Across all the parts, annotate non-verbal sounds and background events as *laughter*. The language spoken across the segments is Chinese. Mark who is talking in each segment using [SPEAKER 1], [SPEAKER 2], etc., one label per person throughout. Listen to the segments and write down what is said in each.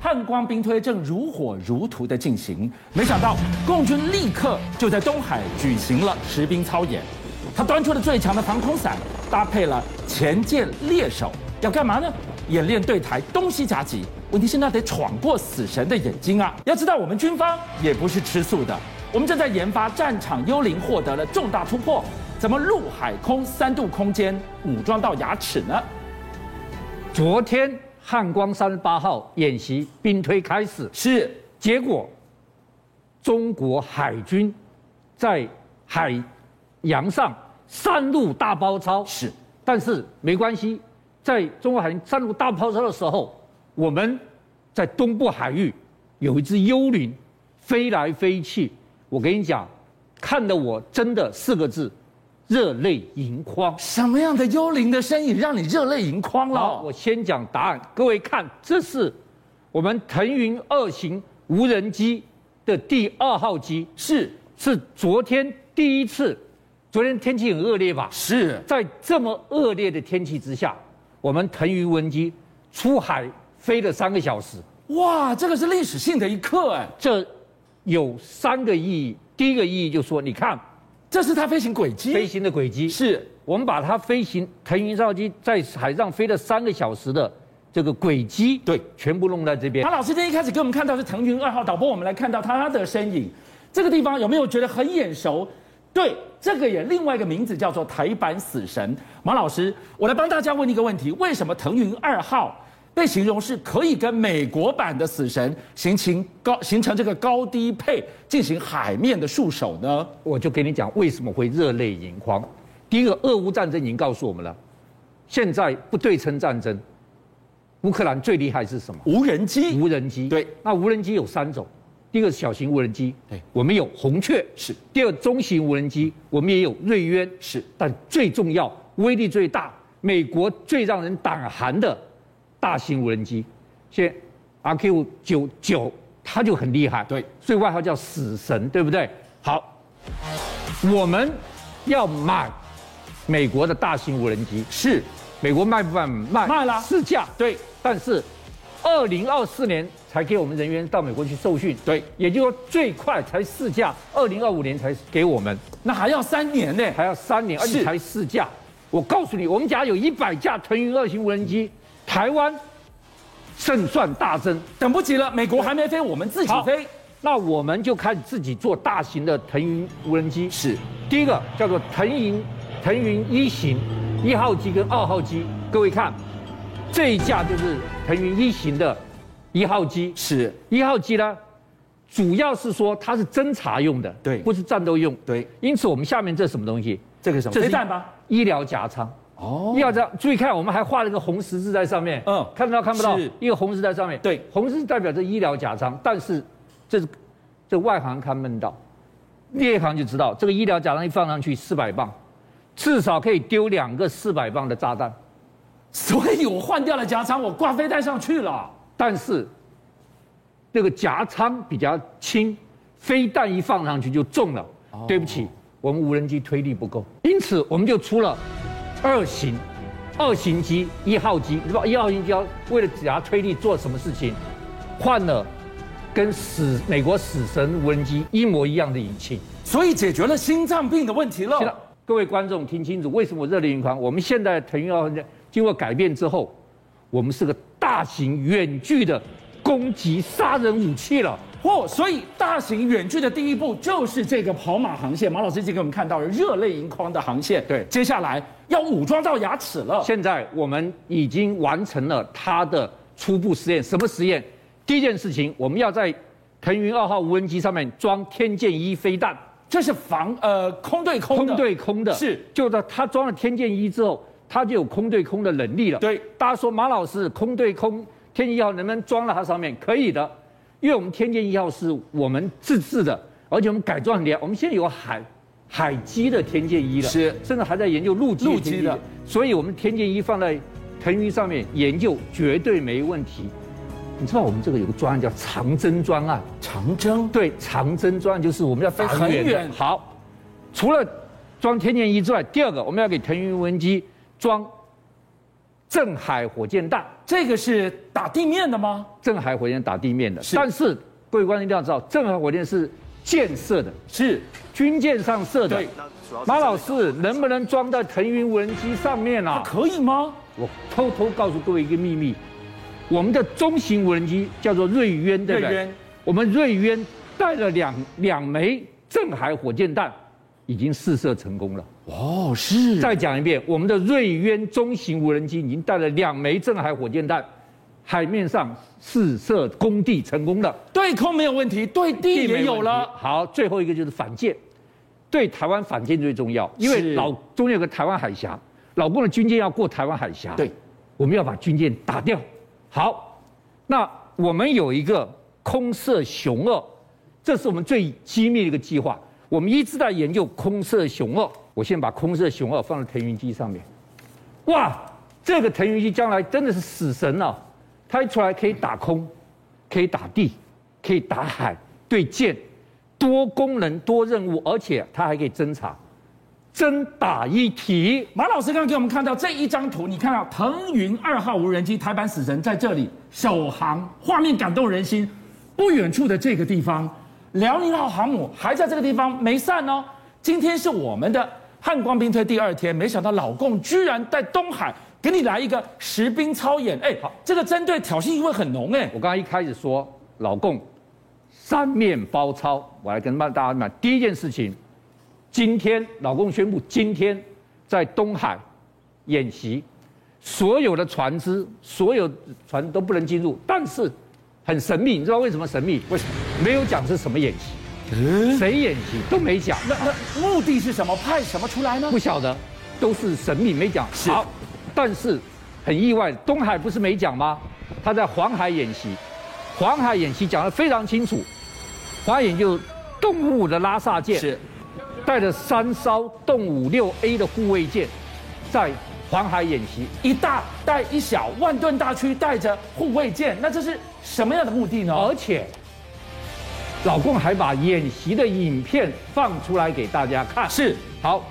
[SPEAKER 1] 汉光兵推正如火如荼的进行。没想到共军立刻就在东海举行了实兵操演，他端出了最强的防空伞，搭配了前舰猎手，要干嘛呢？演练对台东西夹击。问题是那得闯过死神的眼睛啊！要知道我们军方也不是吃素的，我们正在研发战场幽灵，获得了重大突破，怎么陆海空三度空间武装到牙齿呢？
[SPEAKER 2] 昨天汉光三十八号演习兵推开始，
[SPEAKER 1] 是
[SPEAKER 2] 结果中国海军在海洋上三路大包抄，
[SPEAKER 1] 是，
[SPEAKER 2] 但是没关系，在中国海军三路大包抄的时候，我们在东部海域有一只幽灵飞来飞去，我跟你讲，看得我真的四个字，热泪盈眶。
[SPEAKER 1] 什么样的幽灵的身影让你热泪盈眶
[SPEAKER 2] 好，
[SPEAKER 1] 了？
[SPEAKER 2] 我先讲答案。各位看，这是我们腾云二型无人机的第二号机，
[SPEAKER 1] 是
[SPEAKER 2] 是昨天第一次。昨天天气很恶劣吧？
[SPEAKER 1] 是，
[SPEAKER 2] 在这么恶劣的天气之下，我们腾云无人机出海飞了三个小时，
[SPEAKER 1] 哇，这个是历史性的一刻哎，
[SPEAKER 2] 这有三个意义。第一个意义就是说，你看
[SPEAKER 1] 这是它飞行轨迹，
[SPEAKER 2] 飞行的轨迹，
[SPEAKER 1] 是
[SPEAKER 2] 我们把它飞行腾云造机在海上飞了三个小时的这个轨迹，
[SPEAKER 1] 对，
[SPEAKER 2] 全部弄在这边
[SPEAKER 1] 马。老师今天一开始给我们看到是腾云二号导播，我们来看到他的身影。这个地方有没有觉得很眼熟？对，这个也另外一个名字叫做台版死神。马老师，我来帮大家问一个问题：为什么腾云二号被形容是可以跟美国版的死神形成高形成这个高低配进行海面的束手呢？
[SPEAKER 2] 我就给你讲为什么会热泪盈眶。第一个，俄乌战争已经告诉我们了，现在不对称战争，乌克兰最厉害是什么？
[SPEAKER 1] 无人机
[SPEAKER 2] *laughs* 无人机。
[SPEAKER 1] 对，
[SPEAKER 2] 那无人机有三种，第一个是小型无人机，
[SPEAKER 1] 对
[SPEAKER 2] 我们有红雀；
[SPEAKER 1] 是
[SPEAKER 2] 第二中型无人机，我们也有瑞渊；
[SPEAKER 1] 是
[SPEAKER 2] 但最重要、威力最大、美国最让人胆寒的大型无人机，现 RQ 九九，它就很厉害，
[SPEAKER 1] 对，
[SPEAKER 2] 所以外号叫死神，对不对？好，我们要买美国的大型无人机，
[SPEAKER 1] 是
[SPEAKER 2] 美国卖不卖？卖
[SPEAKER 1] 卖了
[SPEAKER 2] 试驾，
[SPEAKER 1] 对
[SPEAKER 2] 但是二零二四年才给我们人员到美国去受训，
[SPEAKER 1] 对，
[SPEAKER 2] 也就是说最快才试驾，二零二五年才给我们，
[SPEAKER 1] 那还要三年呢。
[SPEAKER 2] 还要三年，而且
[SPEAKER 1] 是
[SPEAKER 2] 才试驾。我告诉你，我们家有一百架腾云二型无人机，台湾胜算大增。
[SPEAKER 1] 等不及了，美国还没飞，我们自己
[SPEAKER 2] 好
[SPEAKER 1] 飞。
[SPEAKER 2] 那我们就开始自己做大型的腾云无人机，
[SPEAKER 1] 是
[SPEAKER 2] 第一个叫做腾云腾云一型，一号机跟二号机。各位看，这一架就是腾云一型的一号机，
[SPEAKER 1] 是，
[SPEAKER 2] 一号机呢，主要是说它是侦察用的，
[SPEAKER 1] 对
[SPEAKER 2] 不是战斗用。
[SPEAKER 1] 对，
[SPEAKER 2] 因此我们下面这是什么东西？
[SPEAKER 1] 这个什
[SPEAKER 2] 这
[SPEAKER 1] 飞
[SPEAKER 2] 是
[SPEAKER 1] 弹吧？
[SPEAKER 2] 医疗夹舱。
[SPEAKER 1] 哦
[SPEAKER 2] 医疗夹，注意看，我们还画了一个红十字在上面。
[SPEAKER 1] 嗯
[SPEAKER 2] 看得到看不到
[SPEAKER 1] 是？
[SPEAKER 2] 一个红十字在上面。
[SPEAKER 1] 对
[SPEAKER 2] 红十字代表着医疗夹舱，但是这是这外行看门道，内行就知道，这个医疗夹舱一放上去四百磅，至少可以丢两个四百磅的炸弹。
[SPEAKER 1] *laughs* 所以我换掉了夹仓，我挂飞弹上去了。
[SPEAKER 2] 但是那个夹舱比较轻，飞弹一放上去就中了。对不起，我们无人机推力不够，因此我们就出了二型、二型机、一号机。你知道一号型机要为了夹推力做什么事情？换了跟死美国死神无人机一模一样的引擎。
[SPEAKER 1] 所以解决了心脏病的问题
[SPEAKER 2] 现在
[SPEAKER 1] 了。
[SPEAKER 2] 各位观众听清楚，为什么我热泪盈眶？我们现在腾云二号经过改变之后，我们是个大型远距的攻击杀人武器了。
[SPEAKER 1] 哦，所以大型远距的第一步就是这个跑马航线，马老师已经给我们看到了热泪盈眶的航线。
[SPEAKER 2] 对
[SPEAKER 1] 接下来要武装到牙齿了。
[SPEAKER 2] 现在我们已经完成了它的初步实验。什么实验？第一件事情，我们要在腾云二号无人机上面装天剑一飞弹，
[SPEAKER 1] 这是防呃空对空的，
[SPEAKER 2] 空对空的。
[SPEAKER 1] 是，
[SPEAKER 2] 就在它装了天剑一之后，它就有空对空的能力了。
[SPEAKER 1] 对，
[SPEAKER 2] 大家说马老师空对空天剑一号能不能装到它上面？可以的，因为我们天剑一号是我们自制的，而且我们改装很厉害。我们现在有海海基的天剑一了，
[SPEAKER 1] 是
[SPEAKER 2] 甚至还在研究陆基
[SPEAKER 1] 陆基的，
[SPEAKER 2] 所以我们天剑一放在腾云上面研究绝对没问题。你知道我们这个有个专案叫长征专案，
[SPEAKER 1] 长征
[SPEAKER 2] 对，长征专案就是我们要飞
[SPEAKER 1] 打
[SPEAKER 2] 很
[SPEAKER 1] 很
[SPEAKER 2] 远的
[SPEAKER 1] 远
[SPEAKER 2] 好，除了装天剑一之外，第二个我们要给腾云无人机装镇海火箭弹。
[SPEAKER 1] 这个是打地面的吗？
[SPEAKER 2] 镇海火箭打地面的，
[SPEAKER 1] 是
[SPEAKER 2] 但是各位观众一定要知道，镇海火箭是建设的，
[SPEAKER 1] 是，
[SPEAKER 2] 军舰上射的
[SPEAKER 1] 对。
[SPEAKER 2] 马老师能不能装到腾云无人机上面啊？
[SPEAKER 1] 可以吗？
[SPEAKER 2] 我偷偷告诉各位一个秘密，我们的中型无人机叫做瑞渊，对不对？
[SPEAKER 1] 瑞渊
[SPEAKER 2] 我们瑞渊带了两两枚镇海火箭弹，已经试射成功了。
[SPEAKER 1] 哦，是
[SPEAKER 2] 再讲一遍，我们的瑞渊中型无人机已经带了两枚镇海火箭弹，海面上试射工地成功了。
[SPEAKER 1] 对空没有问题，对地也有了。
[SPEAKER 2] 好，最后一个就是反舰，对台湾反舰最重要，因为
[SPEAKER 1] 是
[SPEAKER 2] 老中间有个台湾海峡，老共的军舰要过台湾海峡，
[SPEAKER 1] 对，
[SPEAKER 2] 我们要把军舰打掉。好，那我们有一个空射雄二，这是我们最机密的一个计划，我们一直在研究空射雄二。我先把空射雄二放在腾云机上面，哇，这个腾云机将来真的是死神啊！它一出来可以打空，可以打地，可以打海，对舰，多功能多任务，而且它还可以侦察，侦打一体。
[SPEAKER 1] 马老师刚刚给我们看到这一张图，你看到腾云二号无人机台版死神在这里首航，画面感动人心。不远处的这个地方，辽宁号航母还在这个地方没散哦。今天是我们的汉光兵推第二天，没想到老共居然在东海给你来一个实兵操演，哎，好，这个针对挑衅意味很浓哎。
[SPEAKER 2] 我刚刚一开始说，老共三面包抄，我来跟大家讲，第一件事情，今天老共宣布，今天在东海演习，所有的船只、所有船都不能进入，但是很神秘，你知道为什么神秘？为什么？没有讲是什么演习，谁演习都没讲。
[SPEAKER 1] 那那目的是什么？派什么出来呢
[SPEAKER 2] 不？晓得，都是神秘没讲。
[SPEAKER 1] 是
[SPEAKER 2] 好，但是很意外，东海不是没讲吗？他在黄海演习，黄海演习讲得非常清楚，黄海演习就是动物的拉萨舰，
[SPEAKER 1] 是
[SPEAKER 2] 带着三艘动五六 A 的护卫舰，在黄海演习。
[SPEAKER 1] 一大带一小，万吨大驱带着护卫舰，那这是什么样的目的呢？
[SPEAKER 2] 而且老共还把演习的影片放出来给大家看。
[SPEAKER 1] 是
[SPEAKER 2] 好，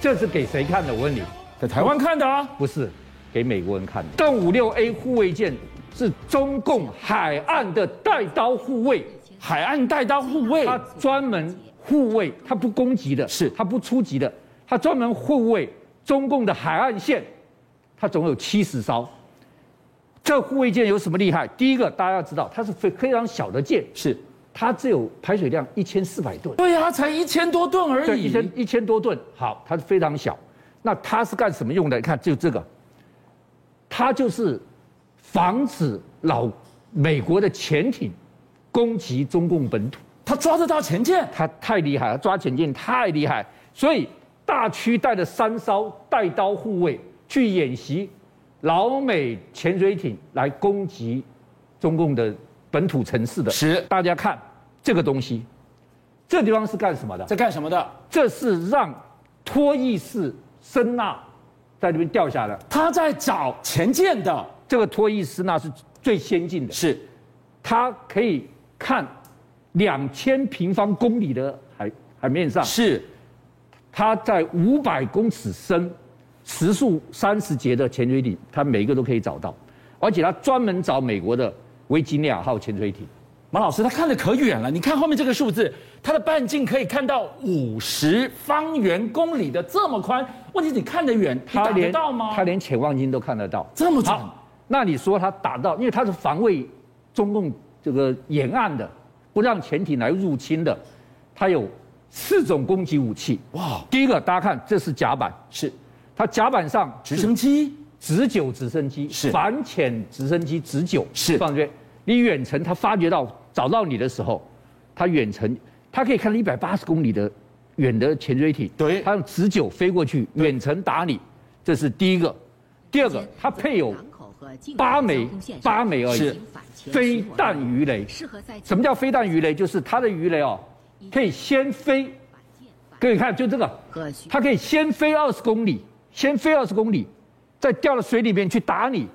[SPEAKER 2] 这是给谁看的？我问你，
[SPEAKER 1] 在台湾看的啊。
[SPEAKER 2] 不是给美国人看的。动五六 A 护卫舰是中共海岸的带刀护卫，
[SPEAKER 1] 海岸带刀护卫，
[SPEAKER 2] 它专门护卫，它不攻击的，
[SPEAKER 1] 是
[SPEAKER 2] 它不出击的，它专门护卫中共的海岸线。它总有七十艘。这护卫舰有什么厉害？第一个，大家要知道，它是非非常小的舰，
[SPEAKER 1] 是
[SPEAKER 2] 它只有排水量一千四百吨。
[SPEAKER 1] 对呀、才一千多吨而
[SPEAKER 2] 对，一
[SPEAKER 1] 已。
[SPEAKER 2] 千一千多吨，好，它是非常小。那它是干什么用的？你看，就这个，它就是防止老美国的潜艇攻击中共本土。
[SPEAKER 1] 他抓得到前舰，
[SPEAKER 2] 它太厉害了，抓潜艇太厉害，所以大区带着三艘带刀护卫去演习老美潜水艇来攻击中共的本土城市的。
[SPEAKER 1] 是
[SPEAKER 2] 大家看这个东西，这地方是干什么的？
[SPEAKER 1] 在干什么的？
[SPEAKER 2] 这是让脱翼式声呐在这边掉下来。
[SPEAKER 1] 他在找前舰的，
[SPEAKER 2] 这个脱翼式呐是最先进的，
[SPEAKER 1] 是
[SPEAKER 2] 它可以看两千平方公里的海海面上，
[SPEAKER 1] 是
[SPEAKER 2] 它在五百公尺深、时速三十节的潜水艇，它每一个都可以找到，而且它专门找美国的维吉尼亚号潜水艇。
[SPEAKER 1] 马老师，他看得可远了。你看后面这个数字，它的半径可以看到五十方圆公里的这么宽。问题是你看得远，你打
[SPEAKER 2] 他
[SPEAKER 1] 得
[SPEAKER 2] 连
[SPEAKER 1] 到吗？
[SPEAKER 2] 他连潜望镜都看得到，
[SPEAKER 1] 这么准
[SPEAKER 2] 好那你说他打到，因为他是防卫中共这个沿岸的，不让潜艇来入侵的，他有四种攻击武器。
[SPEAKER 1] 哇，
[SPEAKER 2] 第一个，大家看，这是甲板，
[SPEAKER 1] 是
[SPEAKER 2] 它甲板上
[SPEAKER 1] 直升机，
[SPEAKER 2] 直九直升机
[SPEAKER 1] 是
[SPEAKER 2] 反潜直升机直九
[SPEAKER 1] 是
[SPEAKER 2] 放这边，你远程它发觉到找到你的时候，它远程它可以看到一百八十公里的远的潜水艇，
[SPEAKER 1] 对
[SPEAKER 2] 它用直九飞过去远程打你，这是第一个。第二个，它配有八枚八枚而已
[SPEAKER 1] 是
[SPEAKER 2] 飞弹鱼雷。
[SPEAKER 3] 适合在
[SPEAKER 2] 什么叫飞弹鱼雷？就是它的鱼雷哦，可以先飞，各位看就这个，
[SPEAKER 3] 和徐
[SPEAKER 2] 它可以先飞二十公里，先飞二十公里，再掉到水里面去打你。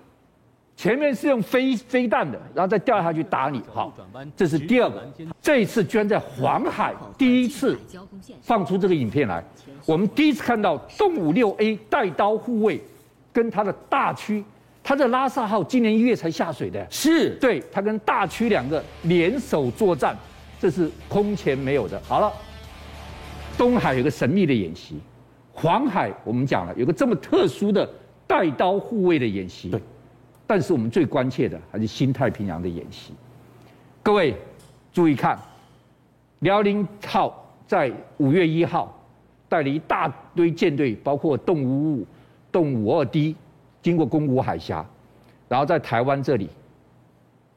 [SPEAKER 2] 前面是用飞飞弹的，然后再掉下去打你。好，这是第二个。这一次居然在黄海第一次放出这个影片来，我们第一次看到动五六 A 带刀护卫跟他的大区它的拉萨号今年一月才下水的，
[SPEAKER 1] 是
[SPEAKER 2] 对，它跟大区两个联手作战，这是空前没有的。好了，东海有个神秘的演习，黄海我们讲了有个这么特殊的带刀护卫的演习，
[SPEAKER 1] 对，
[SPEAKER 2] 但是我们最关切的还是新太平洋的演习。各位注意看，辽宁号在五月一号带了一大堆舰队，包括动五五、动五二 D，经过宫古海峡，然后在台湾这里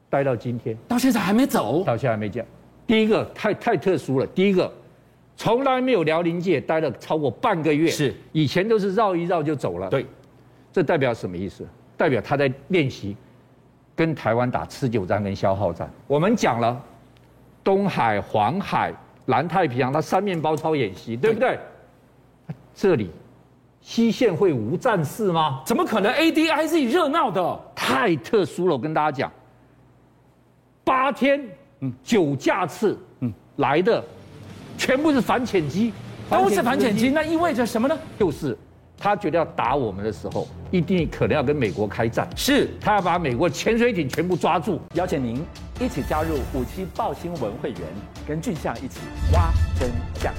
[SPEAKER 2] 待到今天，
[SPEAKER 1] 到现在还没走。
[SPEAKER 2] 到现在还没见。第一个太太特殊了，第一个从来没有辽宁界待了超过半个月，
[SPEAKER 1] 是
[SPEAKER 2] 以前都是绕一绕就走了。
[SPEAKER 1] 对，
[SPEAKER 2] 这代表什么意思？代表他在练习跟台湾打持久战跟消耗战。我们讲了，东海、黄海、南太平洋，它三面包抄演习，对不对？这里西线会无战事吗？
[SPEAKER 1] 怎么可能 ADIZ 热闹的？
[SPEAKER 2] 太特殊了，我跟大家讲，八天，
[SPEAKER 1] 嗯
[SPEAKER 2] 九架次，来的全部是反潜机，
[SPEAKER 1] 都是反潜机，，那意味着什么呢？
[SPEAKER 2] 就是他觉得要打我们的时候，一定可能要跟美国开战。
[SPEAKER 1] 是
[SPEAKER 2] 他要把美国潜水艇全部抓住。
[SPEAKER 3] 邀请您一起加入五七报新闻会员，跟俊相一起挖真相。